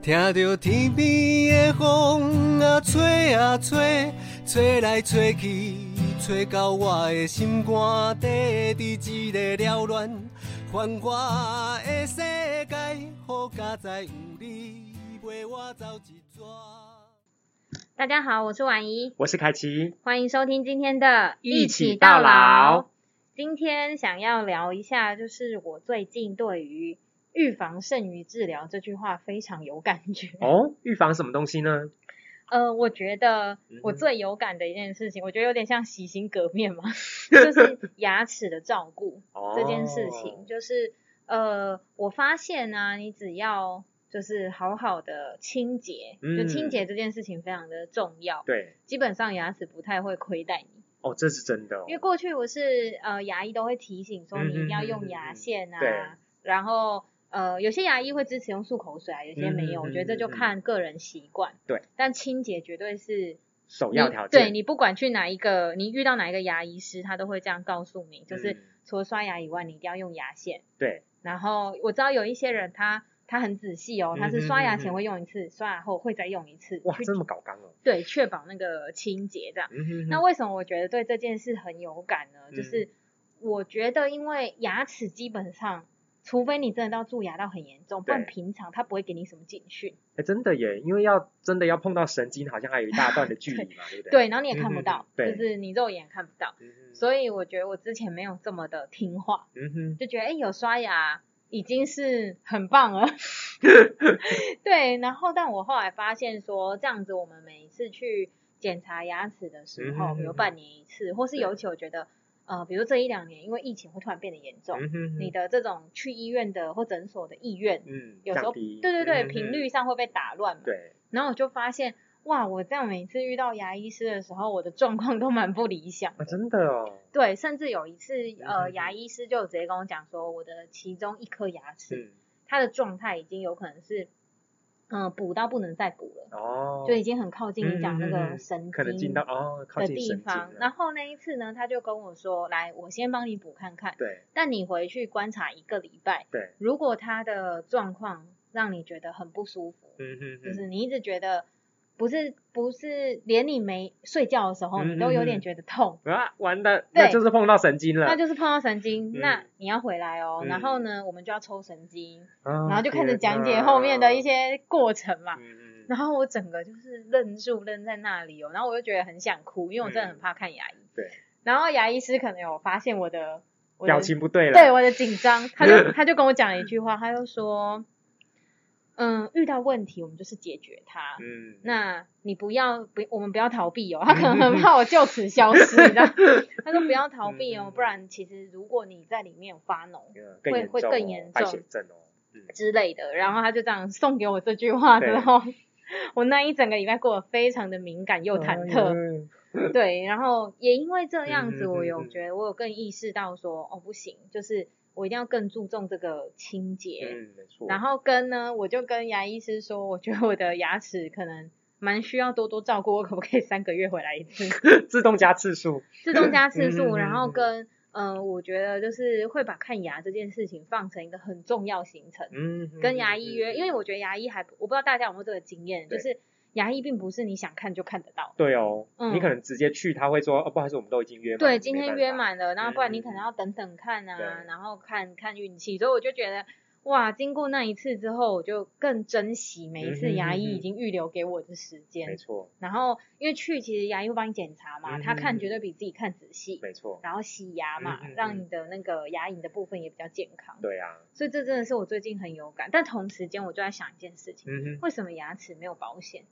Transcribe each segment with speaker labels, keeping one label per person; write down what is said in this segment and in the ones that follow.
Speaker 1: 听着天边的风啊吹啊吹，吹来吹去，吹到我的心肝底，伫一个缭乱繁华的世界，好佳哉有你陪我走一逝。
Speaker 2: 大家好，我是婉怡，
Speaker 3: 我是凯奇，
Speaker 2: 欢迎收听今天的
Speaker 3: 一起到老。
Speaker 2: 今天想要聊一下，就是我最近对于“预防胜于治疗”这句话非常有感觉。
Speaker 3: 哦，预防什么东西呢？
Speaker 2: 呃，我觉得
Speaker 3: 嗯
Speaker 2: 我最有感的一件事情，我觉得有点像洗心革面 嘛，就是牙齿的照顾。
Speaker 3: 哦，
Speaker 2: 这件事情，就是呃，我发现呢、你只要就是好好的清洁，就清
Speaker 3: 嗯
Speaker 2: 洁这件事情非常的重要，
Speaker 3: 对，
Speaker 2: 基本上牙齿不太会亏待你，
Speaker 3: 哦，这是真的哦
Speaker 2: 因为过去我是呃牙医都会提醒说你一定要用
Speaker 3: 嗯嗯嗯
Speaker 2: 牙
Speaker 3: 嗯嗯
Speaker 2: 线啊，
Speaker 3: 对
Speaker 2: 然后。呃，有些牙医会支持用漱口水啊，有些没有，
Speaker 3: 嗯嗯
Speaker 2: 我觉得这就
Speaker 3: 嗯嗯嗯
Speaker 2: 看个人习惯。
Speaker 3: 对，
Speaker 2: 但清洁绝对是
Speaker 3: 首
Speaker 2: 你
Speaker 3: 要条件。
Speaker 2: 对你不管去哪一个，你遇到哪一个牙医师，他都会这样告诉你，就是
Speaker 3: 嗯
Speaker 2: 除了刷牙以外，你一定要用牙线。
Speaker 3: 对，
Speaker 2: 然后我知道有一些人他他很仔细哦，
Speaker 3: 嗯
Speaker 2: 他是
Speaker 3: 嗯
Speaker 2: 刷牙
Speaker 3: 嗯
Speaker 2: 前
Speaker 3: 嗯
Speaker 2: 会用一次，刷牙后会再用一次，
Speaker 3: 哇，
Speaker 2: 去
Speaker 3: 这么搞刚哦。
Speaker 2: 对确保那个清洁这样。
Speaker 3: 嗯哼
Speaker 2: 那
Speaker 3: 哼
Speaker 2: 为什么我觉得对这件事很有感呢？就是我觉得因为牙齿基本上，除非你真的到蛀牙到很严重，不然
Speaker 3: 对
Speaker 2: 平常他不会给你什么警讯，
Speaker 3: 哎，真的耶，因为要真的要碰到神经，好像还有一大段的距离嘛，对不对？
Speaker 2: 对，然后你也看
Speaker 3: 嗯
Speaker 2: 不
Speaker 3: 嗯嗯
Speaker 2: 到，
Speaker 3: 对
Speaker 2: 就是你肉眼也看不到。
Speaker 3: 嗯哼，
Speaker 2: 所以我觉得我之前没有这么的听话，
Speaker 3: 嗯哼，
Speaker 2: 就觉得哎、诶有刷牙已经是很棒 了。对，然后但我后来发现说，这样子我们每一次去检查牙齿的时候，
Speaker 3: 嗯
Speaker 2: 比如半年一次，或是
Speaker 3: 对
Speaker 2: 尤其我觉得，呃，比如这一两年因为疫情会突然变得严重，
Speaker 3: 嗯哼，
Speaker 2: 你的这种去医院的或诊所的意愿，
Speaker 3: 嗯，
Speaker 2: 有时候
Speaker 3: 降
Speaker 2: 对
Speaker 3: 低
Speaker 2: 对对
Speaker 3: 嗯哼
Speaker 2: 频率上会被打乱嘛。
Speaker 3: 对，
Speaker 2: 然后我就发现，哇，我这样每次遇到牙医师的时候，我的状况都蛮不理想
Speaker 3: 啊，
Speaker 2: 的。
Speaker 3: 真的哦，
Speaker 2: 对，甚至有一次，呃，
Speaker 3: 嗯嗯
Speaker 2: 牙医师就直接跟我讲说，我的其中一颗牙齿，
Speaker 3: 嗯，
Speaker 2: 它的状态已经有可能是，嗯、补到不能再补了，
Speaker 3: 哦，
Speaker 2: 就已经很靠近你
Speaker 3: 嗯
Speaker 2: 讲那
Speaker 3: 嗯
Speaker 2: 个
Speaker 3: 嗯
Speaker 2: 神
Speaker 3: 可能进
Speaker 2: 经
Speaker 3: 到哦，靠
Speaker 2: 的
Speaker 3: 近
Speaker 2: 地
Speaker 3: 神经
Speaker 2: 方。
Speaker 3: 了
Speaker 2: 然后那一次呢，他就跟我说，来，我先帮你补看看，
Speaker 3: 对
Speaker 2: 但你回去观察一个礼拜，
Speaker 3: 对，
Speaker 2: 如果他的状况让你觉得很不舒服，
Speaker 3: 嗯哼哼，
Speaker 2: 就是你一直觉得。不是不是，连你没睡觉的时候，
Speaker 3: 嗯
Speaker 2: 你都有
Speaker 3: 嗯
Speaker 2: 点
Speaker 3: 嗯
Speaker 2: 觉得痛，
Speaker 3: 啊，完了，
Speaker 2: 对
Speaker 3: 那就是碰到神经了，
Speaker 2: 那就是碰到神经，
Speaker 3: 嗯
Speaker 2: 那你要回来哦。
Speaker 3: 嗯
Speaker 2: 然后呢，我们就要抽神经，
Speaker 3: 然
Speaker 2: 然后就开始讲解后面的一，些过程嘛。
Speaker 3: 啊嗯嗯，
Speaker 2: 然后我整个就是愣住，愣在那里哦。然后我就觉得很想哭，因为我真的很怕看牙医。
Speaker 3: 嗯对。
Speaker 2: 然后牙医师可能有发现我的我的
Speaker 3: 表情不对了，
Speaker 2: 对我的紧 张，他就他就跟我讲了一句话，他就说：“嗯，遇到问题我们就是解决它。
Speaker 3: 嗯，
Speaker 2: 那你不要不，我们不要逃避哦。他可能很怕我就此消失，你知道？他说不要逃避哦，
Speaker 3: 嗯
Speaker 2: 不然其实如果你在里面有发脓
Speaker 3: 嗯
Speaker 2: 会
Speaker 3: 严
Speaker 2: 会
Speaker 3: 重
Speaker 2: 更
Speaker 3: 哦
Speaker 2: 严
Speaker 3: 败
Speaker 2: 重
Speaker 3: 血症哦，嗯，
Speaker 2: 之类的。然后他就这样送给我这句话之后， 我那一整个礼拜过得非常的敏感又
Speaker 3: 哎
Speaker 2: 忐忑。
Speaker 3: 忑，
Speaker 2: 对，然后也因为这样子，
Speaker 3: 嗯嗯嗯嗯
Speaker 2: 我有
Speaker 3: 嗯
Speaker 2: 觉得我有更意识到说，哦，不行，就是我一定要更注重这个清洁。
Speaker 3: 嗯，没错，
Speaker 2: 然后跟呢，我就跟牙医师说，我觉得我的牙齿可能蛮需要多多照顾，我可不可以三个月回来一次，
Speaker 3: 自动加次数，
Speaker 2: 自动加次
Speaker 3: 嗯嗯
Speaker 2: 数？
Speaker 3: 嗯
Speaker 2: 然后
Speaker 3: 嗯
Speaker 2: 跟嗯、呃我觉得就是会把看牙这件事情放成一个很重要行程，
Speaker 3: 嗯，
Speaker 2: 跟牙医约，因为
Speaker 3: 我
Speaker 2: 我觉得牙医还我不知道大家有没有这个经验，就
Speaker 3: 对
Speaker 2: 是牙医并不是你想看就看得到。
Speaker 3: 对哦，
Speaker 2: 嗯
Speaker 3: 你可能直接去，他会说，哦，不好意思，我们都已经约满了，
Speaker 2: 对，
Speaker 3: 没
Speaker 2: 今天
Speaker 3: 办
Speaker 2: 约
Speaker 3: 法，
Speaker 2: 满了，然后不然你可能
Speaker 3: 嗯嗯嗯
Speaker 2: 要等等看啊，
Speaker 3: 对
Speaker 2: 然后看看运气。所以我就觉得，哇，经过那一次之后，我就更珍惜每一次
Speaker 3: 嗯哼
Speaker 2: 牙医
Speaker 3: 嗯哼
Speaker 2: 已经预留给我的时间。
Speaker 3: 没错，
Speaker 2: 然后因为去其实牙医会帮你检查嘛，
Speaker 3: 嗯
Speaker 2: 他看
Speaker 3: 嗯
Speaker 2: 绝对比自己看仔细，
Speaker 3: 没错，
Speaker 2: 然后洗牙嘛，
Speaker 3: 嗯嗯嗯
Speaker 2: 让你的那个牙龈的部分也比较健康。
Speaker 3: 对啊，
Speaker 2: 所以这真的是我最近很有感，但同时间我就在想一件事情。
Speaker 3: 嗯哼，
Speaker 2: 为什么牙齿没有保险？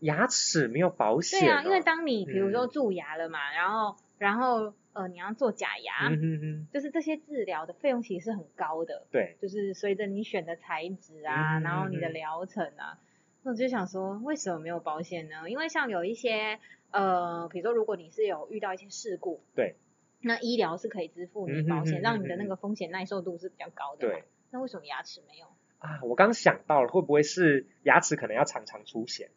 Speaker 3: 牙齿没有保险哦，
Speaker 2: 对啊，因为当你比如说
Speaker 3: 嗯
Speaker 2: 蛀牙了嘛，然后然后呃你要做假牙，
Speaker 3: 嗯哼哼，
Speaker 2: 就是这些治疗的费用其实是很高的，
Speaker 3: 对，
Speaker 2: 就是随着你选的材质啊，
Speaker 3: 嗯
Speaker 2: 然后你的
Speaker 3: 嗯嗯
Speaker 2: 疗程啊，那我就想说，为什么没有保险呢？因为像有一些呃，比如说如果你是有遇到一些事故，
Speaker 3: 对，
Speaker 2: 那医疗是可以支付你
Speaker 3: 嗯嗯
Speaker 2: 保险，
Speaker 3: 嗯
Speaker 2: 让你的
Speaker 3: 嗯
Speaker 2: 那个风险耐受度是比较高的嘛。
Speaker 3: 对。
Speaker 2: 那为什么牙齿没有？
Speaker 3: 啊，我刚想到了，会不会是牙齿可能要常常出血？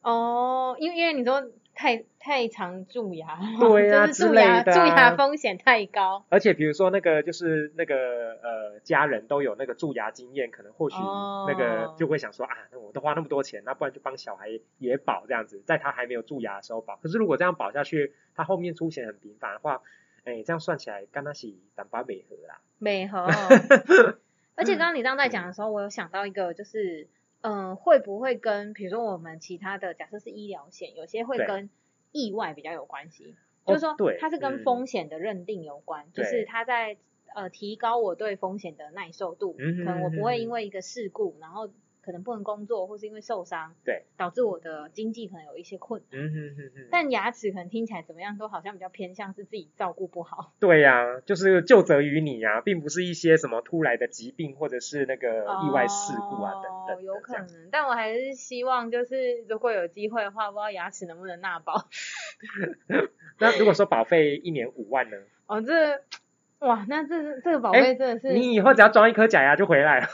Speaker 2: 哦，因为因为你说太太常蛀牙，
Speaker 3: 对 啊
Speaker 2: 就是蛀
Speaker 3: 之类
Speaker 2: 牙，
Speaker 3: 的啊
Speaker 2: 蛀牙风险太高。
Speaker 3: 而且比如说那个就是那个呃家人都有那个蛀牙经验，可能或许
Speaker 2: 哦
Speaker 3: 那个就会想说、啊，那我都花那么多钱，那不然就帮小孩也保这样子，在他还没有蛀牙的时候保。可是如果这样保下去，他后面出血很频繁的话，哎，这样算起来跟他是胆巴美合啦。
Speaker 2: 美和。哦而且
Speaker 3: 嗯
Speaker 2: 刚刚你这样在讲的时候，我有想到一个，就是嗯、呃会不会跟比如说我们其他的，假设是医疗险，有些会
Speaker 3: 对
Speaker 2: 跟意外比较有关系，就
Speaker 3: 哦
Speaker 2: 是说
Speaker 3: 对
Speaker 2: 它是跟
Speaker 3: 嗯
Speaker 2: 风险的认定有关，就是
Speaker 3: 对
Speaker 2: 它在呃提高我对风险的耐受度，
Speaker 3: 嗯
Speaker 2: 可能我不会
Speaker 3: 嗯
Speaker 2: 因为一个事故，然后可能不能工作，或是因为受伤，
Speaker 3: 对，
Speaker 2: 导致我的经济可能有一些困难。
Speaker 3: 嗯哼哼哼，
Speaker 2: 但牙齿可能听起来怎么样，都好像比较偏向是自己照顾不好，
Speaker 3: 对呀、就是就责于你呀、并不是一些什么突来的疾病或者是那个意外事故啊、等等
Speaker 2: 哦
Speaker 3: 的
Speaker 2: 有可
Speaker 3: 这样
Speaker 2: 能，但我还是希望就是如果有机会的话，不知道牙齿能不能纳保。
Speaker 3: 那如果说保费一年五万呢？
Speaker 2: 哦，这哇，那这是这个宝贝真的是、
Speaker 3: 哎你以后只要装一颗假牙就回来了，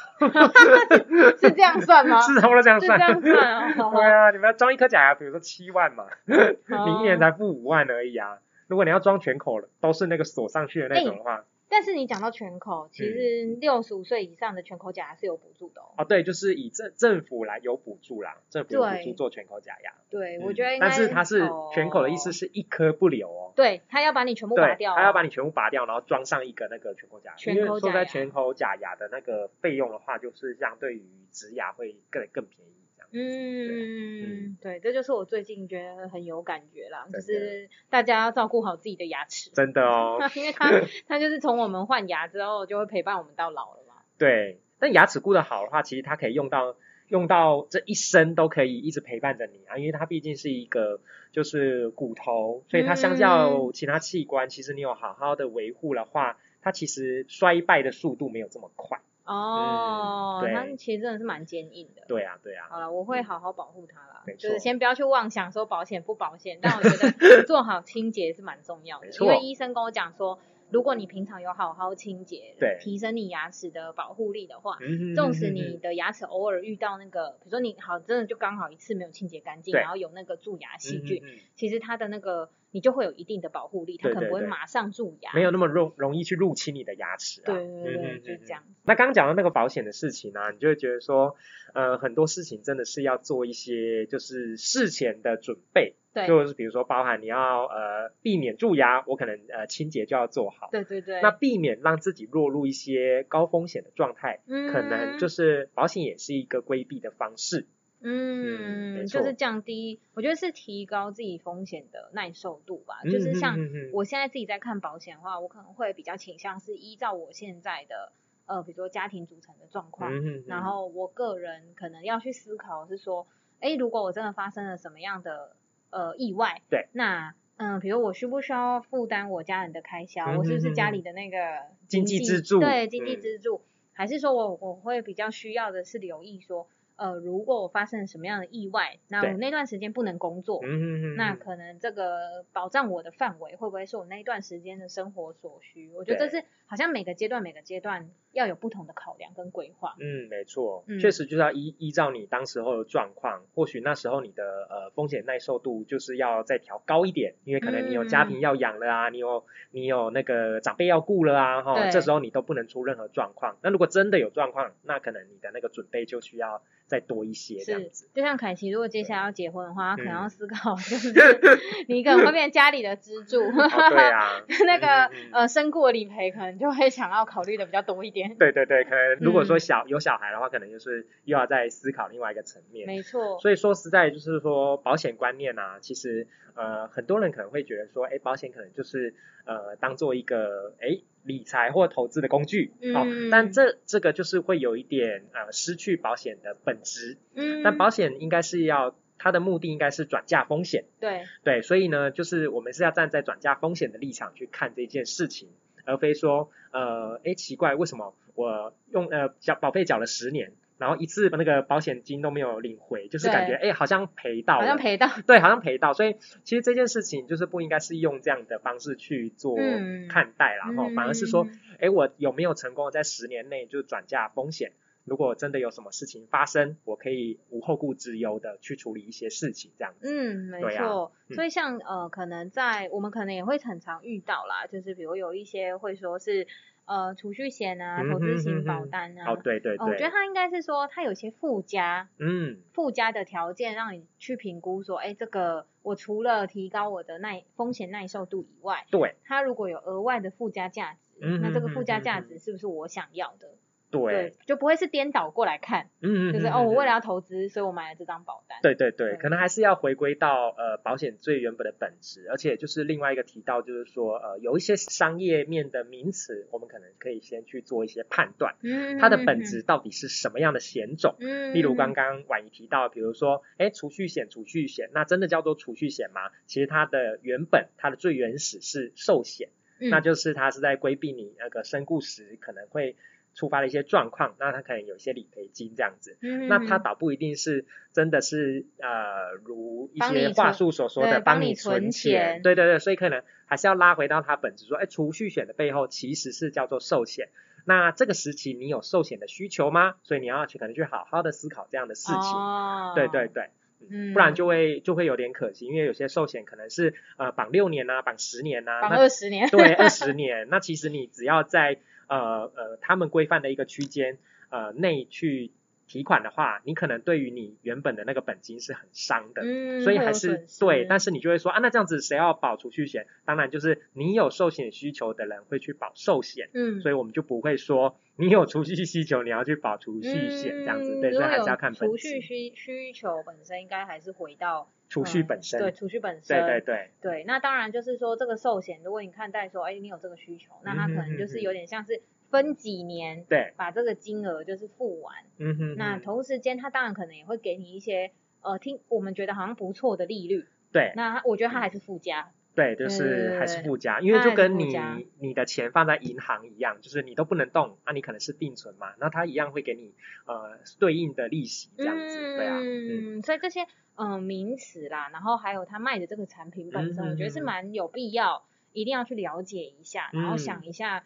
Speaker 2: 是这样算吗？
Speaker 3: 是差不多这样
Speaker 2: 是
Speaker 3: 算。
Speaker 2: 这样算哦。
Speaker 3: 对啊，你们要装一颗假牙，比如说七万嘛，你一年
Speaker 2: 哦。
Speaker 3: 才付五万而已啊。如果你要装全口的，都是那个锁上去的那种的话，
Speaker 2: 但是你讲到全口，其实六十五岁以上的全口假牙是有补助的哦。
Speaker 3: 嗯哦，对，就是以政政府来有补助啦，政府有补助
Speaker 2: 对
Speaker 3: 做全口假牙。
Speaker 2: 对，
Speaker 3: 嗯
Speaker 2: 我觉得应该。哦
Speaker 3: 但是它是全口的意思，是一颗不留哦。
Speaker 2: 对他要把你全部拔
Speaker 3: 对，
Speaker 2: 掉哦，
Speaker 3: 他要把你全部拔掉，然后装上一个那个全口假牙。
Speaker 2: 全
Speaker 3: 因为
Speaker 2: 口
Speaker 3: 说
Speaker 2: 假牙
Speaker 3: 在全口假牙的那个费用的话，就是相对于植牙会更更便宜这样。
Speaker 2: 嗯，对，这就是我最近觉得很有感觉啦，就
Speaker 3: 真的
Speaker 2: 是大家要照顾好自己的牙齿，
Speaker 3: 真的 哦，
Speaker 2: 因为它它就是从我们换牙之后就会陪伴我们到老了嘛。
Speaker 3: 对。但牙齿顾得好的话，其实它可以用到用到这一生都可以一直陪伴着你啊，因为它毕竟是一个就是骨头，所以它相较其他器官，其实你有好好的维护的话，它其实衰败的速度没有这么快。
Speaker 2: 哦，
Speaker 3: 嗯对
Speaker 2: 它其实真的是蛮坚硬的。
Speaker 3: 对啊，对啊。
Speaker 2: 好了，我会好好保护它啦
Speaker 3: 没，
Speaker 2: 就是
Speaker 3: 错
Speaker 2: 先不要去妄想说保险不保 险，但我觉得做好清洁是蛮重要的，
Speaker 3: 没
Speaker 2: 因
Speaker 3: 错
Speaker 2: 为医生跟我讲说，如果你平常有好好清洁，
Speaker 3: 对
Speaker 2: 提升你牙齿的保护力的话，
Speaker 3: 嗯
Speaker 2: 纵使你的牙齿偶尔遇到那个，比如说你好真的就刚好一次没有清洁干净，
Speaker 3: 对
Speaker 2: 然后有那个蛀牙细菌，
Speaker 3: 嗯嗯嗯
Speaker 2: 其实它的那个你就会有一定的保护力，它
Speaker 3: 对
Speaker 2: 可能
Speaker 3: 对
Speaker 2: 不会
Speaker 3: 对
Speaker 2: 马上蛀牙。
Speaker 3: 没有那么容容易去入侵你的牙齿啊。
Speaker 2: 对对对，
Speaker 3: 嗯
Speaker 2: 就是这。样
Speaker 3: 嗯嗯
Speaker 2: 子。
Speaker 3: 嗯那刚刚讲到那个保险的事情啊，你就会觉得说，呃，很多事情真的是要做一些就是事前的准备，
Speaker 2: 对
Speaker 3: 就是比如说包含你要呃避免蛀牙，我可能呃清洁就要做好。
Speaker 2: 对对对，
Speaker 3: 那避免让自己落入一些高风险的状态，可
Speaker 2: 可
Speaker 3: 能就是保险也是一个规避的方式。嗯
Speaker 2: 嗯，
Speaker 3: 没
Speaker 2: 就是
Speaker 3: 错
Speaker 2: 降低，我觉得是提高自己风险的耐受度吧。
Speaker 3: 嗯
Speaker 2: 就是像
Speaker 3: 嗯嗯嗯
Speaker 2: 我现在自己在看保险的话，我可能会比较倾向是依照我现在的呃，比如说家庭组成的状况，
Speaker 3: 嗯嗯嗯
Speaker 2: 然后我个人可能要去思考是说，诶，如果我真的发生了什么样的呃意外，
Speaker 3: 对，
Speaker 2: 那嗯，比如我需不需要负担我家人的开销？我是不是家里的那个
Speaker 3: 嗯经济支柱
Speaker 2: 对，经济
Speaker 3: 嗯
Speaker 2: 支柱，还是说我我会比较需要的是留意说，呃，如果我发生了什么样的意外，那
Speaker 3: 对
Speaker 2: 我那段时间不能工作。
Speaker 3: 嗯嗯嗯，
Speaker 2: 那
Speaker 3: 嗯
Speaker 2: 可能这个保障我的范围会不会是我那一段时间的生活所需？我觉得这
Speaker 3: 对
Speaker 2: 是好像每个阶段每个阶段要有不同的考量跟规划。
Speaker 3: 嗯，没错，
Speaker 2: 嗯
Speaker 3: 确实就是要依依照你当时候的状况，或许那时候你的呃风险耐受度就是要再调高一点，因为可能你有家
Speaker 2: 嗯
Speaker 3: 庭要养了啊，你有你有那个长辈要顾了啊，哈，
Speaker 2: 对
Speaker 3: 这时候你都不能出任何状况。那如果真的有状况，那可能你的那个准备就需要再多一些这样
Speaker 2: 是
Speaker 3: 子。，
Speaker 2: 就像凯奇，如果接下来要结婚的话，他可能要
Speaker 3: 嗯
Speaker 2: 思考，就是 你可能会变家里的支柱。，
Speaker 3: 哦、对啊
Speaker 2: 那个
Speaker 3: 嗯嗯嗯
Speaker 2: 呃，身故的理赔可能就会想要考虑的比较多一点。
Speaker 3: 对对对，可能如果说
Speaker 2: 嗯
Speaker 3: 小、有小孩的话，可能就是又要再思考另外一个层面。
Speaker 2: 没错，
Speaker 3: 所以说实在就是说保险观念啊，其实呃很多人可能会觉得说，哎，保险可能就是呃当做一个哎理财或投资的工具，哦
Speaker 2: 嗯，
Speaker 3: 但这这个就是会有一点呃失去保险的本质。
Speaker 2: 嗯，
Speaker 3: 但保险应该是要它的目的应该是转嫁风险，
Speaker 2: 对，
Speaker 3: 对，所以呢，就是我们是要站在转嫁风险的立场去看这件事情，而非说，呃，哎，奇怪，为什么我用呃缴保费缴了十年，然后一次那个保险金都没有领回，就是感觉哎，诶好像赔到
Speaker 2: 好
Speaker 3: 了，
Speaker 2: 像赔到，
Speaker 3: 对，好像赔到，所以其实这件事情就是不应该是用这样的方式去做
Speaker 2: 嗯
Speaker 3: 看待啦，然后、反而是说，
Speaker 2: 嗯
Speaker 3: 哎，我有没有成功地在十年内就转嫁风险？如果真的有什么事情发生，我可以无后顾之忧的去处理一些事情，这样子。
Speaker 2: 嗯，没
Speaker 3: 对啊
Speaker 2: 错。
Speaker 3: 嗯
Speaker 2: 所以像呃，可能在我们可能也会很常遇到啦，就是比如有一些会说是呃储蓄险啊、
Speaker 3: 嗯
Speaker 2: 投资型保单啊。
Speaker 3: 哦，对对
Speaker 2: 呃我觉得
Speaker 3: 对，
Speaker 2: 它应该是说它有些附加
Speaker 3: 嗯，
Speaker 2: 附加的条件，让你去评估说，哎，这个我除了提高我的耐风险耐受度以外，
Speaker 3: 对
Speaker 2: 它如果有额外的附加价值，
Speaker 3: 嗯
Speaker 2: 那这
Speaker 3: 嗯
Speaker 2: 个附加
Speaker 3: 嗯
Speaker 2: 价
Speaker 3: 嗯
Speaker 2: 值是不是我想要的？
Speaker 3: 对，，
Speaker 2: 就不会是颠倒过来看，
Speaker 3: 嗯，
Speaker 2: 就是哦，我为了要投资，所以我买了这张保单。
Speaker 3: 对对对，
Speaker 2: 对
Speaker 3: 可能还是要回归到呃保险最原本的本质，而且就是另外一个提到，就是说呃有一些商业面的名词，我们可能可以先去做一些判断，
Speaker 2: 嗯，
Speaker 3: 它的本质到底是什么样的险种。
Speaker 2: 嗯，嗯，
Speaker 3: 例如刚
Speaker 2: 嗯
Speaker 3: 刚婉仪提到，比如说，哎，储蓄险，储蓄险，那真的叫做储蓄险吗？其实它的原本，它的最原始是寿险，
Speaker 2: 嗯
Speaker 3: 那就是它是在规避你那个身故时可能会触发的一些状况，那它可能有一些理赔金这样子。
Speaker 2: 嗯
Speaker 3: 那它倒不一定是真的是呃，如一
Speaker 2: 帮
Speaker 3: 些
Speaker 2: 你
Speaker 3: 话
Speaker 2: 存
Speaker 3: 术所说
Speaker 2: 对
Speaker 3: 的
Speaker 2: 帮
Speaker 3: 帮
Speaker 2: 你
Speaker 3: 你
Speaker 2: 存
Speaker 3: 存
Speaker 2: 钱
Speaker 3: 钱，对对对，所以可能还是要拉回到它本质，说，哎，储蓄险的背后其实是叫做寿险。那这个时期你有寿险的需求吗？所以你要去可能去好好的思考这样的事情。
Speaker 2: 哦、
Speaker 3: 对对对，
Speaker 2: 嗯
Speaker 3: 不然就会就会有点可惜，因为有些寿险可能是呃绑六年呐、绑十年呐、
Speaker 2: 绑
Speaker 3: 那
Speaker 2: 二十年，
Speaker 3: 对，二十年。那其实你只要在呃呃他们规范的一个区间呃内去提款的话，你可能对于你原本的那个本金是很伤的。
Speaker 2: 嗯，
Speaker 3: 所以
Speaker 2: 会
Speaker 3: 还
Speaker 2: 有
Speaker 3: 是
Speaker 2: 损失
Speaker 3: 对，但是你就会说啊，那这样子谁要保储蓄险？当然就是你有寿险需求的人会去保寿险，
Speaker 2: 嗯，
Speaker 3: 所
Speaker 2: 以
Speaker 3: 以我们就不会说你有储蓄需求你要去保储蓄险这样子，
Speaker 2: 嗯
Speaker 3: 对，
Speaker 2: 如
Speaker 3: 所以
Speaker 2: 果
Speaker 3: 还
Speaker 2: 有
Speaker 3: 是要看本
Speaker 2: 储蓄
Speaker 3: 质
Speaker 2: 需需求本身，应该还是回到
Speaker 3: 储蓄
Speaker 2: 嗯
Speaker 3: 本身，
Speaker 2: 对储蓄本身，
Speaker 3: 对对对，
Speaker 2: 对那当然就是说这个寿险，如果你看待说，哎，你有这个需求，那它可能就是
Speaker 3: 嗯嗯嗯
Speaker 2: 有点像是分几年
Speaker 3: 对，
Speaker 2: 把这个金额就是付完，
Speaker 3: 嗯哼，
Speaker 2: 那
Speaker 3: 嗯
Speaker 2: 同时间它当然可能也会给你一些。呃，听我们觉得好像不错的利率，
Speaker 3: 对
Speaker 2: 那它我觉得它还是附加，
Speaker 3: 对，
Speaker 2: 对对
Speaker 3: 就是还
Speaker 2: 对
Speaker 3: 是附加，因为
Speaker 2: 它还
Speaker 3: 就是跟
Speaker 2: 附
Speaker 3: 你
Speaker 2: 加
Speaker 3: 你的钱放在银行一样，就是你都不能动，那、你可能是定存嘛，那它一样会给你呃对应的利息这样子，对啊，嗯，
Speaker 2: 嗯，所以这些嗯、呃名词啦，然后还有他卖的这个产品本身，
Speaker 3: 嗯嗯
Speaker 2: 我觉得是蛮有必要，一定要去了解一下，然后想一下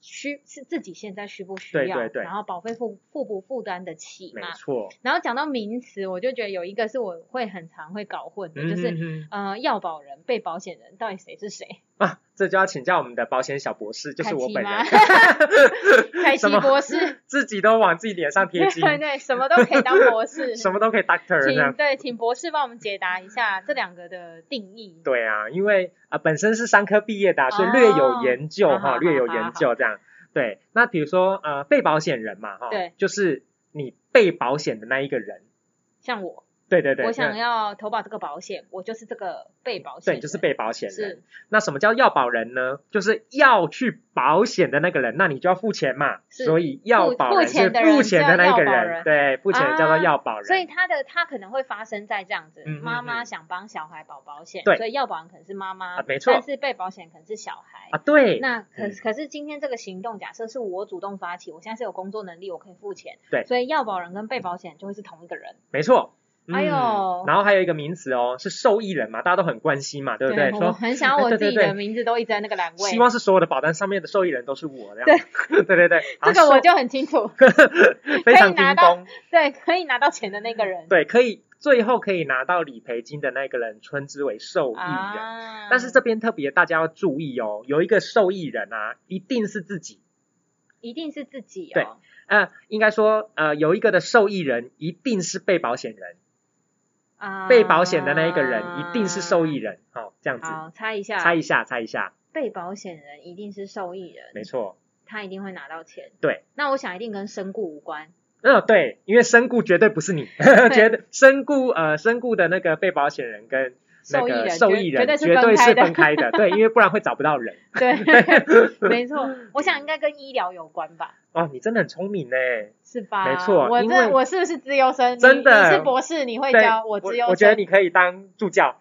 Speaker 2: 需是自己现在需不需要，
Speaker 3: 对对对
Speaker 2: 然后保费负负不负担得起
Speaker 3: 没
Speaker 2: 嘛。
Speaker 3: 错，
Speaker 2: 然后讲到名词，我就觉得有一个是我会很常会搞混的，就
Speaker 3: 嗯
Speaker 2: 是。
Speaker 3: 哼哼
Speaker 2: 呃，要保人、被保险人到底谁是谁？
Speaker 3: 啊，这就要请教我们的保险小博士，就是
Speaker 2: 凯
Speaker 3: 我
Speaker 2: 奇
Speaker 3: 本
Speaker 2: 吗
Speaker 3: 人，
Speaker 2: 凯
Speaker 3: 什
Speaker 2: 奇
Speaker 3: 么
Speaker 2: 博士，
Speaker 3: 自己都往自己脸上贴
Speaker 2: 对
Speaker 3: 金，
Speaker 2: 对对，什么都可以当博士，
Speaker 3: 什么都可以 doctor 这
Speaker 2: 请
Speaker 3: 样。
Speaker 2: 对，请博士帮我们解答一下这两个的定义。
Speaker 3: 对啊，因为啊、呃本身是商科毕业的啊、所以略
Speaker 2: 哦
Speaker 3: 有研究
Speaker 2: 好
Speaker 3: 哈、
Speaker 2: 好
Speaker 3: 略有
Speaker 2: 好好
Speaker 3: 研究这样。对，那比如说呃，被保险人嘛哈、
Speaker 2: 对
Speaker 3: 就是你被保险的那一个人，
Speaker 2: 像我，
Speaker 3: 对对对，
Speaker 2: 我想
Speaker 3: 那
Speaker 2: 要投保这个保险，我就是这个被保险
Speaker 3: 对，
Speaker 2: 人，
Speaker 3: 你就是被保险人
Speaker 2: 是。
Speaker 3: 那什么叫要保人呢？就是要去保险的那个人，那你就要付钱嘛。
Speaker 2: 是
Speaker 3: 所以要
Speaker 2: 付
Speaker 3: 保
Speaker 2: 付
Speaker 3: 人
Speaker 2: 钱
Speaker 3: 是
Speaker 2: 的
Speaker 3: 付
Speaker 2: 人
Speaker 3: 钱
Speaker 2: 叫
Speaker 3: 的那
Speaker 2: 要
Speaker 3: 个
Speaker 2: 保
Speaker 3: 人，
Speaker 2: 人
Speaker 3: 对，付钱叫
Speaker 2: 啊
Speaker 3: 做要保人。
Speaker 2: 所以他的他可能会发生在这样子，
Speaker 3: 嗯嗯
Speaker 2: 妈妈
Speaker 3: 嗯
Speaker 2: 想帮小孩保保险，
Speaker 3: 对
Speaker 2: 所以要保人可能是妈妈，
Speaker 3: 啊没错
Speaker 2: 但是被保险可能是小孩。
Speaker 3: 啊，对，
Speaker 2: 那可、
Speaker 3: 嗯
Speaker 2: 可是今天这个行动，假设是我主动发起，我现在是有工作能力，我可以付钱，
Speaker 3: 对
Speaker 2: 所以要保人跟被保险就会是同一个人，
Speaker 3: 没错。嗯
Speaker 2: 哎呦
Speaker 3: 然后还有一个名词哦，是受益人嘛，大家都很关心嘛，对不对？
Speaker 2: 啊我
Speaker 3: 说
Speaker 2: 很想要
Speaker 3: 哎
Speaker 2: 我
Speaker 3: 对
Speaker 2: 自
Speaker 3: 对
Speaker 2: 己的
Speaker 3: 对
Speaker 2: 名字都一直在那个栏位，
Speaker 3: 希望是所有的保单上面的受益人都是我，这样。 对对对对，
Speaker 2: 这
Speaker 3: 好
Speaker 2: 个我
Speaker 3: 受
Speaker 2: 就很清楚，
Speaker 3: 非
Speaker 2: 可以
Speaker 3: 常
Speaker 2: 拿
Speaker 3: 叮
Speaker 2: 到
Speaker 3: 咚，
Speaker 2: 对，可以拿到钱的那个人，
Speaker 3: 对，可以最后可以拿到理赔金的那个人称之为受益人。
Speaker 2: 啊，
Speaker 3: 但是这边特别大家要注意哦，有一个受益人啊，一定是自己。
Speaker 2: 一定是自己
Speaker 3: 对
Speaker 2: 哦，
Speaker 3: 呃，应该说，呃，有一个的受益人一定是被保险人，
Speaker 2: 啊，
Speaker 3: 被保险的那一个人一定是受益人，好、这样子，
Speaker 2: 好，猜一下，
Speaker 3: 猜一下，猜一下，
Speaker 2: 被保险人一定是受益人，
Speaker 3: 没，错，
Speaker 2: 他一定会拿到钱。
Speaker 3: 对，
Speaker 2: 那我想一定跟身故无关，
Speaker 3: 嗯、对，因为身故绝对不是你， 绝对身故，呃，身故的那个被保险人跟那
Speaker 2: 受益
Speaker 3: 个
Speaker 2: 人
Speaker 3: 受益
Speaker 2: 绝
Speaker 3: 人
Speaker 2: 对是
Speaker 3: 绝
Speaker 2: 分
Speaker 3: 对
Speaker 2: 开
Speaker 3: 是
Speaker 2: 的
Speaker 3: 分 开的，对，因为不然会找不到人。
Speaker 2: 对， 没错，我想应该跟医疗有关吧，
Speaker 3: 哦，你真的很聪明呢，
Speaker 2: 是吧？
Speaker 3: 没错
Speaker 2: 我
Speaker 3: 因
Speaker 2: 这
Speaker 3: 为
Speaker 2: 我是不是资优生？你
Speaker 3: 真的
Speaker 2: 你是博士，你会
Speaker 3: 对
Speaker 2: 教我
Speaker 3: 我
Speaker 2: 资优生？
Speaker 3: 我觉得 你 可以当助教，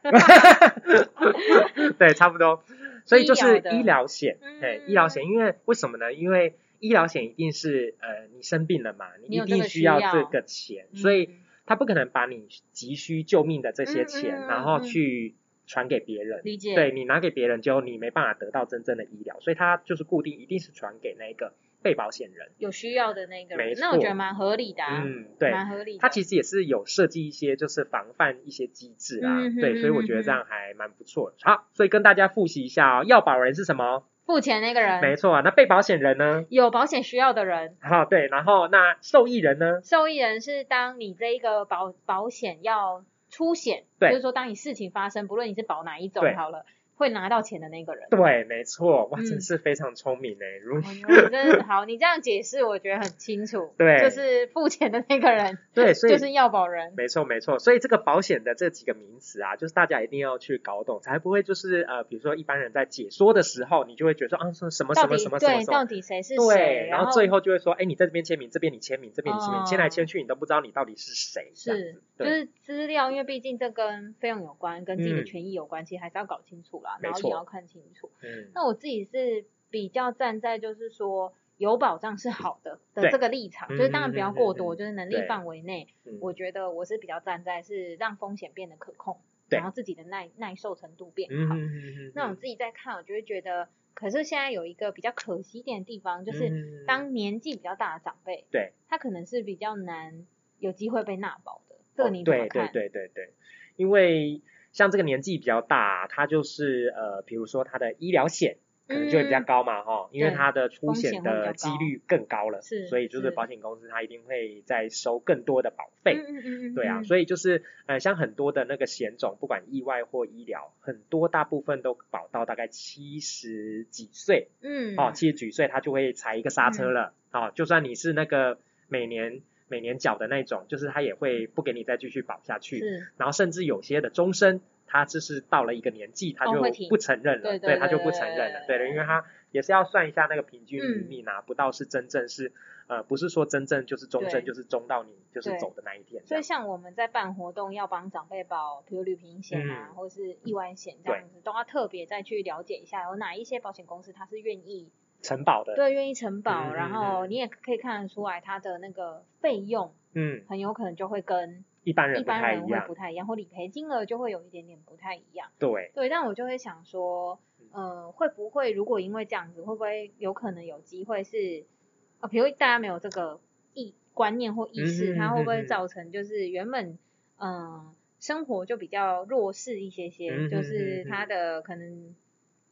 Speaker 3: 对，差不多。所以就是
Speaker 2: 医疗的
Speaker 3: 医疗险，
Speaker 2: 嗯
Speaker 3: 对，医疗险，因为为什么呢？因为医疗险一定是呃你生病了嘛，
Speaker 2: 你
Speaker 3: 你
Speaker 2: 有
Speaker 3: 一
Speaker 2: 这个
Speaker 3: 定
Speaker 2: 需
Speaker 3: 需要
Speaker 2: 要
Speaker 3: 这个钱，
Speaker 2: 嗯
Speaker 3: 所以他不可能把你急需救命的这些
Speaker 2: 嗯嗯
Speaker 3: 钱，
Speaker 2: 嗯
Speaker 3: 然后去传给别人。
Speaker 2: 理解
Speaker 3: 对你拿给别人，就你没办法得到真正的医疗，所以他就是固定一定是传给那个被保险人。
Speaker 2: 有需要的那个
Speaker 3: 没
Speaker 2: 人，
Speaker 3: 错
Speaker 2: 那我觉得蛮合理的、啊，
Speaker 3: 嗯，对，
Speaker 2: 蛮合理的。
Speaker 3: 它其实也是有设计一些就是防范一些机制啦，
Speaker 2: 嗯哼
Speaker 3: 对，所以我觉得
Speaker 2: 嗯哼
Speaker 3: 这样还蛮不错的。好，所以跟大家复习一下哦，要保人是什么？
Speaker 2: 付钱那个
Speaker 3: 没
Speaker 2: 人，
Speaker 3: 错啊，那被保险人呢？
Speaker 2: 有保险需要的人，
Speaker 3: 好、对，然后那受益人呢？
Speaker 2: 受益人是当你这一个保保险要出险，
Speaker 3: 对
Speaker 2: 就是说当你事情发生，不论你是保哪一种
Speaker 3: 对
Speaker 2: 好了，会拿到钱的那个人。
Speaker 3: 对，没错，哇，
Speaker 2: 嗯
Speaker 3: 真是非常聪明 哎，如、
Speaker 2: 我真的好，你这样解释我觉得很清楚。
Speaker 3: 对
Speaker 2: 就是付钱的那个人，
Speaker 3: 对所以
Speaker 2: 就是要保人。
Speaker 3: 没错没错，所以这个保险的这几个名词啊，就是大家一定要去搞懂，才不会就是呃，比如说一般人在解说的时候，你就会觉得说啊，说什么
Speaker 2: 到
Speaker 3: 什
Speaker 2: 底
Speaker 3: 么什么什么
Speaker 2: 对，
Speaker 3: 什
Speaker 2: 到
Speaker 3: 么。
Speaker 2: 底谁是谁？
Speaker 3: 对，
Speaker 2: 然
Speaker 3: 然后最后就会说，哎，你在这边签名，这边你签名，这边你签名，
Speaker 2: 哦
Speaker 3: 签来签去，你都不知道你到底是谁。这样
Speaker 2: 是
Speaker 3: 子，
Speaker 2: 就
Speaker 3: 对。
Speaker 2: 是资料，因为毕竟这跟费用有关，跟自己的
Speaker 3: 嗯
Speaker 2: 权益有关，其实还是要搞清楚啦，
Speaker 3: 没
Speaker 2: 然后
Speaker 3: 错
Speaker 2: 也要看清楚。
Speaker 3: 嗯
Speaker 2: 那我自己是比较站在就是说有保障是好的的
Speaker 3: 对
Speaker 2: 这个立场，
Speaker 3: 嗯
Speaker 2: 就是当然不要过多，
Speaker 3: 嗯嗯嗯
Speaker 2: 就是能力
Speaker 3: 对
Speaker 2: 范围内，
Speaker 3: 嗯
Speaker 2: 我觉得我是比较站在是让风险变得可控，
Speaker 3: 对
Speaker 2: 然后自己的耐耐受程度变
Speaker 3: 嗯
Speaker 2: 好。
Speaker 3: 嗯嗯
Speaker 2: 那我自己在看，我就会觉得，可是现在有一个比较可惜一点的地方，就是当年纪比较大的长辈，
Speaker 3: 嗯对
Speaker 2: 他可能是比较难有机会被纳保的，这个你怎么
Speaker 3: 哦对
Speaker 2: 看？
Speaker 3: 对对对对，因为像这个年纪比较大，他就是呃，比如说他的医疗险可能就会比较
Speaker 2: 嗯
Speaker 3: 高嘛，哈、因为
Speaker 2: 对
Speaker 3: 他的出
Speaker 2: 风险
Speaker 3: 险
Speaker 2: 会比
Speaker 3: 的
Speaker 2: 较
Speaker 3: 几
Speaker 2: 高
Speaker 3: 率更高了，
Speaker 2: 是
Speaker 3: 所以就是是保险公司它一定会再收更多的保费。
Speaker 2: 嗯嗯嗯嗯，
Speaker 3: 对啊，
Speaker 2: 嗯
Speaker 3: 所以就是呃，像很多的那个险种，不管意外或医疗，很多大部分都保到大概七十几岁，
Speaker 2: 嗯
Speaker 3: 哦，七十几岁他就会踩一个刹车了。哦，就算你是那个每年每年缴的那种，就是他也会不给你再继续保下去。
Speaker 2: 是
Speaker 3: 然后甚至有些的终身，他就是到了一个年纪，他
Speaker 2: 哦
Speaker 3: 就
Speaker 2: 会停
Speaker 3: 不承认
Speaker 2: 对
Speaker 3: 了，
Speaker 2: 对
Speaker 3: 他就
Speaker 2: 对
Speaker 3: 不
Speaker 2: 对
Speaker 3: 承认了。
Speaker 2: 对
Speaker 3: 对
Speaker 2: 对
Speaker 3: 的，因为他也是要算一下那个平均余
Speaker 2: 嗯
Speaker 3: 命啊，不到是真正是呃，不是说真正就是终身
Speaker 2: 对
Speaker 3: 就是终到你就是
Speaker 2: 对
Speaker 3: 走的那一天这
Speaker 2: 所以
Speaker 3: 样。
Speaker 2: 像我们在办活动要帮长辈保，比如旅平险啊，
Speaker 3: 嗯
Speaker 2: 或是意外险这样子，都要特别再去了解一下有哪一些保险公司它是愿意
Speaker 3: 承保的，
Speaker 2: 对愿意承保，
Speaker 3: 嗯
Speaker 2: 然后你也可以看得出来它的那个费用
Speaker 3: 嗯，
Speaker 2: 很有可能就会跟
Speaker 3: 一般人
Speaker 2: 一
Speaker 3: 不
Speaker 2: 般
Speaker 3: 太
Speaker 2: 人
Speaker 3: 一
Speaker 2: 会
Speaker 3: 样
Speaker 2: 不，太一样，或理赔金额就会有一点点不太一样。
Speaker 3: 对，
Speaker 2: 对，但我就会想说，
Speaker 3: 嗯
Speaker 2: 呃，会不会如果因为这样子，会不会有可能有机会是，啊，比如大家没有这个意观念或意识，
Speaker 3: 嗯哼
Speaker 2: 它会不
Speaker 3: 嗯
Speaker 2: 会
Speaker 3: 哼
Speaker 2: 造成就是原本，嗯、生活就比较弱势一些些，
Speaker 3: 嗯
Speaker 2: 就
Speaker 3: 哼
Speaker 2: 是
Speaker 3: 嗯哼
Speaker 2: 他的可能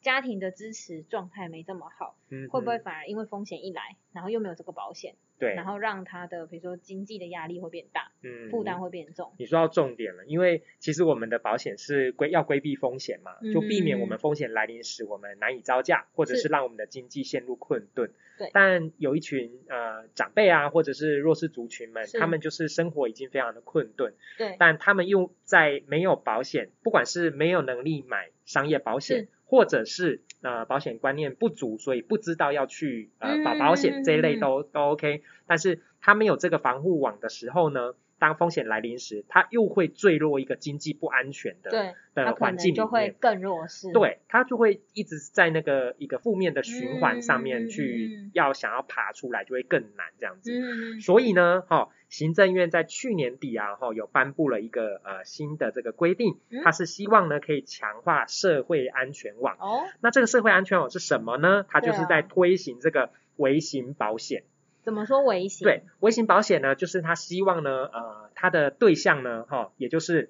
Speaker 2: 家庭的支持状态没这么好，
Speaker 3: 嗯
Speaker 2: 会不会
Speaker 3: 哼
Speaker 2: 反而因为风险一来，然后又没有这个保险，
Speaker 3: 对
Speaker 2: 然后让他的比如说经济的压力会变大，
Speaker 3: 嗯
Speaker 2: 负担会变重，
Speaker 3: 你说到重点了，因为其实我们的保险是规要规避风险嘛，就避免我们风险来临时我们难以招架，或者
Speaker 2: 嗯是
Speaker 3: 是让我们的经济陷入困顿。
Speaker 2: 对
Speaker 3: 但有一群呃长辈啊，或者是弱势族群们
Speaker 2: 是，
Speaker 3: 他们就是生活已经非常的困顿，
Speaker 2: 对，
Speaker 3: 但他们又在没有保险，不管是没有能力买商业保
Speaker 2: 是
Speaker 3: 险，或者是呃保险观念不足，所以不知道要去呃保
Speaker 2: 嗯嗯
Speaker 3: 保
Speaker 2: 嗯
Speaker 3: 险这一类
Speaker 2: 嗯
Speaker 3: 都都 OK，但是他没有这个防护网的时候呢，当风险来临时，他又会坠落一个经济不安全的
Speaker 2: 对，他可
Speaker 3: 的呃环
Speaker 2: 能
Speaker 3: 境里
Speaker 2: 就会
Speaker 3: 面。
Speaker 2: 更弱势，。
Speaker 3: 对他就会一直在那个一个负面的循环
Speaker 2: 嗯嗯
Speaker 3: 上
Speaker 2: 嗯
Speaker 3: 面
Speaker 2: 嗯
Speaker 3: 去
Speaker 2: 嗯，
Speaker 3: 要想要爬出来就会更难这样子。
Speaker 2: 嗯，
Speaker 3: 所以呢，哈、行政院在去年底啊，哈、有颁布了一个呃新的这个规定
Speaker 2: 嗯，
Speaker 3: 它是希望呢可以强化社会安全网。
Speaker 2: 哦，
Speaker 3: 那这个社会安全网是什么呢？它就
Speaker 2: 对
Speaker 3: 是
Speaker 2: 啊
Speaker 3: 在推行这个微型保险。
Speaker 2: 怎么说微型？
Speaker 3: 对，微型保险呢，就是它希望呢，呃，它的对象呢，哈、也就是。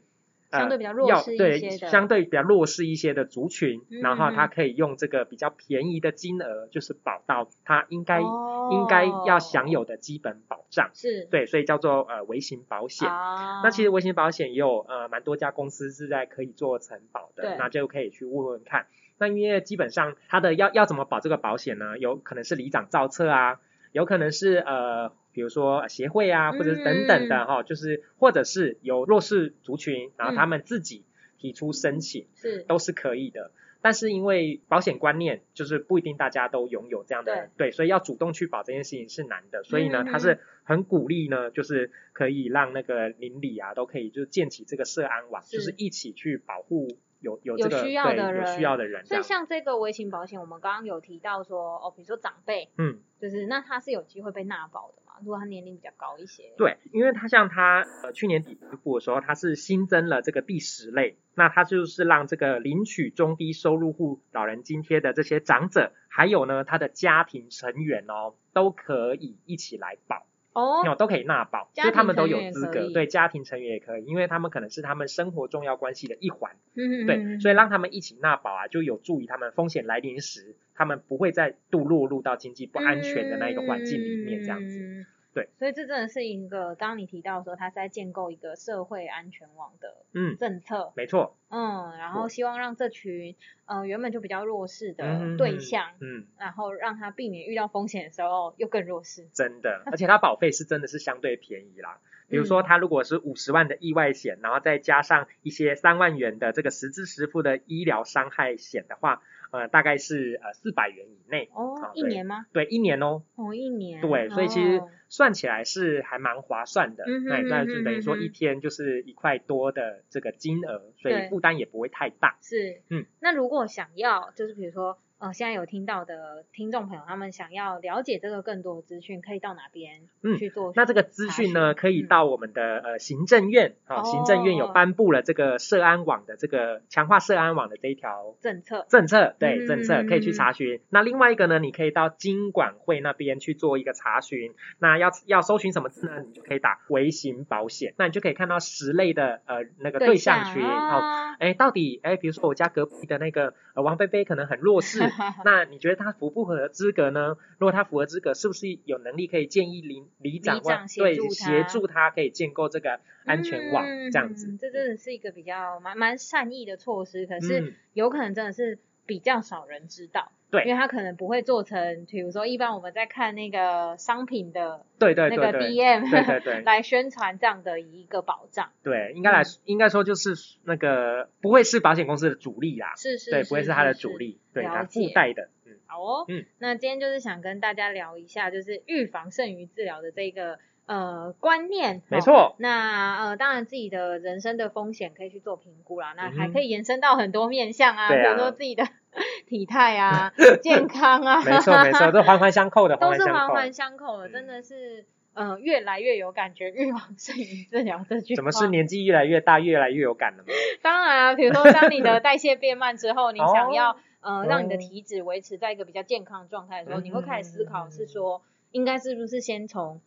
Speaker 3: 呃
Speaker 2: 相对比较弱
Speaker 3: 要
Speaker 2: 势一
Speaker 3: 对
Speaker 2: 些的
Speaker 3: 相对比较弱势一些的族群，
Speaker 2: 嗯
Speaker 3: 然后
Speaker 2: 嗯
Speaker 3: 它可以用这个比较便宜的金额，就是保到它应该、
Speaker 2: 哦，
Speaker 3: 应该要享有的基本保障。
Speaker 2: 是
Speaker 3: 对，所以叫做呃微型保险。
Speaker 2: 啊。
Speaker 3: 那其实微型保险也有呃蛮多家公司是在可以做承保
Speaker 2: 对
Speaker 3: 的，那就可以去问问看。那因为基本上它的要要怎么保这个保险呢？有可能是里长造册啊，有可能是呃比如说呃协会啊，或者是等等的哈、就是或者是有弱势族群，然后他们自己提出申请、
Speaker 2: 是
Speaker 3: 都是可以的。但是因为保险观念就是不一定大家都拥有这样的对所以要主动去保这件事情是难的。所以呢
Speaker 2: 嗯，嗯
Speaker 3: 它是很鼓励呢，就是可以让那个邻里啊都可以就是建起这个社安网，
Speaker 2: 是
Speaker 3: 就是一起去保护有有
Speaker 2: 有
Speaker 3: 这个
Speaker 2: 需要的
Speaker 3: 对
Speaker 2: 人
Speaker 3: 有需要的人这
Speaker 2: 所以
Speaker 3: 样。
Speaker 2: 像这个微型保险，我们刚刚有提到说，哦，比如说长辈，
Speaker 3: 嗯，
Speaker 2: 就是那他是有机会被纳保的嘛？嘛，如果他年龄比较高一些。
Speaker 3: 对，因为它像它呃去年底发布的时候，它是新增了这个第十类，那它就是让这个领取中低收入户老人津贴的这些长者，还有呢他的家庭成员哦，都可以一起来保，
Speaker 2: 哦，
Speaker 3: 哦都可以纳保，
Speaker 2: 家
Speaker 3: 就他
Speaker 2: 庭
Speaker 3: 们都
Speaker 2: 成
Speaker 3: 有
Speaker 2: 员
Speaker 3: 资
Speaker 2: 可
Speaker 3: 格，
Speaker 2: 以
Speaker 3: 对家庭成员也可以，因为他们可能是他们生活重要关系的一环，
Speaker 2: 嗯
Speaker 3: 对，所以让他们一起纳保啊，就有助于他们风险来临时，他们不会再度落入到经济不安全的那一个环境里面这样子。
Speaker 2: 子。
Speaker 3: 对，
Speaker 2: 嗯所以这真的是一个，刚刚你提到说，它是在建构一个社会安全网的
Speaker 3: 嗯，
Speaker 2: 政策，
Speaker 3: 没错，
Speaker 2: 嗯，然后希望让这群呃原本就比较弱势的
Speaker 3: 嗯
Speaker 2: 对象，
Speaker 3: 嗯，
Speaker 2: 然后让他避免遇到风险的时候又更弱势。
Speaker 3: 真的，而且它保费是真的是相对便宜啦。比如说，
Speaker 2: 嗯
Speaker 3: 它如果是五十万的意外险，然后再加上一些三万元的这个实支实付的医疗伤害险的话，呃，大概是呃四百元以内，
Speaker 2: 哦
Speaker 3: 啊，
Speaker 2: 一
Speaker 3: 对
Speaker 2: 年吗？
Speaker 3: 对，一年哦。
Speaker 2: 哦，一年。
Speaker 3: 对，所以其实
Speaker 2: 哦
Speaker 3: 算起来是还蛮划算的。
Speaker 2: 嗯哼
Speaker 3: 那你那就等于说
Speaker 2: 嗯哼嗯哼
Speaker 3: 一天就是一块多的这个金额，所
Speaker 2: 对
Speaker 3: 以负担也不会太大。
Speaker 2: 是，
Speaker 3: 嗯，
Speaker 2: 那如果想要，就是比如说，呃，现在有听到的听众朋友，他们想要了解这个更多的资讯，可以到哪边
Speaker 3: 嗯
Speaker 2: 去做？
Speaker 3: 那这个资讯呢，
Speaker 2: 查询嗯
Speaker 3: 可以到我们的呃行政院啊，
Speaker 2: 哦
Speaker 3: 行政院有颁布了这个社安网的这个强化社安网的这一条
Speaker 2: 政策。
Speaker 3: 政策，
Speaker 2: 嗯
Speaker 3: 对政策可以去查询。那另外一个呢，你可以到经管会那边去做一个查询。那要要搜寻什么字呢？你就可以打微型保险，那你就可以看到十类的呃那个对象群哦。
Speaker 2: 啊，，
Speaker 3: 哎，到底哎，比如说我家隔壁的那个呃王贝贝可能很弱势
Speaker 2: 那
Speaker 3: 那你觉得他符不符合资格呢？如果他符合资格，是不是有能力可以建议里里长
Speaker 2: 里长
Speaker 3: 或
Speaker 2: 协
Speaker 3: 对
Speaker 2: 助嗯他
Speaker 3: 协助他可以建构这个安全网、这样子？
Speaker 2: 这真的是一个比较蛮蛮善意的措施，可是
Speaker 3: 嗯，
Speaker 2: 有可能真的是比较少人知道。
Speaker 3: 对
Speaker 2: 因为他可能不会做成，比如说一般我们在看那个商品的
Speaker 3: 对对
Speaker 2: 那个
Speaker 3: 对对。
Speaker 2: DM
Speaker 3: 对对 对
Speaker 2: 来宣传这样的一个保障，
Speaker 3: 对，应该来、应该说就是那个不会是保险公司的主力啦，
Speaker 2: 是是，
Speaker 3: 对，不会
Speaker 2: 是
Speaker 3: 是他的
Speaker 2: 是
Speaker 3: 主力，对，
Speaker 2: 了
Speaker 3: 他附
Speaker 2: 解
Speaker 3: 带的，嗯，
Speaker 2: 好哦，
Speaker 3: 嗯，
Speaker 2: 那今天就是想跟大家聊一下，就是预防胜于治疗的这个呃观念，
Speaker 3: 没
Speaker 2: 哦。
Speaker 3: 错，
Speaker 2: 那呃，当然自己的人生的风险可以去做评估啦，那
Speaker 3: 嗯哼
Speaker 2: 还可以延伸到很多面向啊，
Speaker 3: 对
Speaker 2: 比
Speaker 3: 啊
Speaker 2: 如说自己的 体态 啊、健康啊，
Speaker 3: 没错 没错，，这环环相扣的，
Speaker 2: 都
Speaker 3: 环
Speaker 2: 是环
Speaker 3: 环
Speaker 2: 环
Speaker 3: 相
Speaker 2: 相扣的，
Speaker 3: 嗯
Speaker 2: 真的是呃越来越有感觉，预防胜于治疗这句话。
Speaker 3: 扣。怎么是年纪越来越大，越来越有感了吗？
Speaker 2: 当然、啊，比如说当你的代谢变慢之后，你想要、
Speaker 3: 哦
Speaker 2: 呃让你的
Speaker 3: 哦
Speaker 2: 体脂维持在一个比较健康的状态的时候，你会开始思考是
Speaker 3: 嗯
Speaker 2: 说，应该是不是先从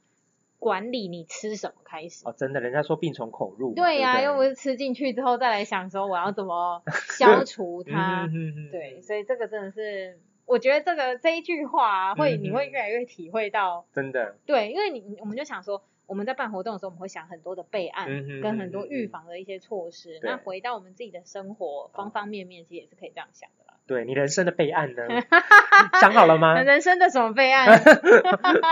Speaker 2: 管理你吃什么开始？
Speaker 3: 哦，真的，人家说病从口入嘛，
Speaker 2: 对呀、
Speaker 3: 呀、
Speaker 2: 又不 是吃进去之后再来想说我要怎么消除它
Speaker 3: 嗯。哼哼
Speaker 2: 对，所以这个真的是，我觉得这个这一句话、啊、会、
Speaker 3: 嗯
Speaker 2: 你会
Speaker 3: 嗯
Speaker 2: 越来越体会到，
Speaker 3: 真的，
Speaker 2: 对，因为你你我们就想说。我们在办活动的时候，我们会想很多的备案，
Speaker 3: 嗯哼
Speaker 2: 跟
Speaker 3: 哼
Speaker 2: 很多
Speaker 3: 哼
Speaker 2: 预
Speaker 3: 哼
Speaker 2: 防的一些措施。
Speaker 3: 对哦
Speaker 2: 那回到我们自己的生活方方面面，其实也是可以这样想的啦。
Speaker 3: 对你人生的备案 呢？想好了吗？
Speaker 2: 那 人生的什么备案？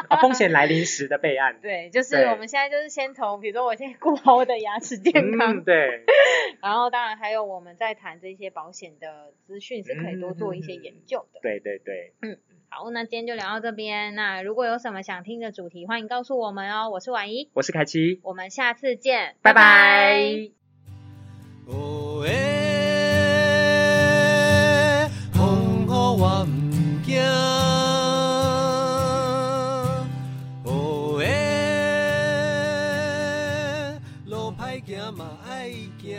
Speaker 3: 啊风险来临时的备案。
Speaker 2: 对，就是
Speaker 3: 对
Speaker 2: 我们现在就是先从，比如说我先顾好我的牙齿健康，
Speaker 3: 嗯、对，
Speaker 2: 然后当然还有我们在谈这些保险的资讯是可以多做一些
Speaker 3: 嗯
Speaker 2: 研究的。
Speaker 3: 对对对，
Speaker 2: 好，那今天就聊到这边。那如果有什么想听的主题，欢迎告诉我们哦。我是婉怡，
Speaker 3: 我是凯奇，
Speaker 2: 我们下次见，
Speaker 3: 拜拜
Speaker 1: 哦耶，风雨我毋惊。哦耶，路歹行嘛爱行。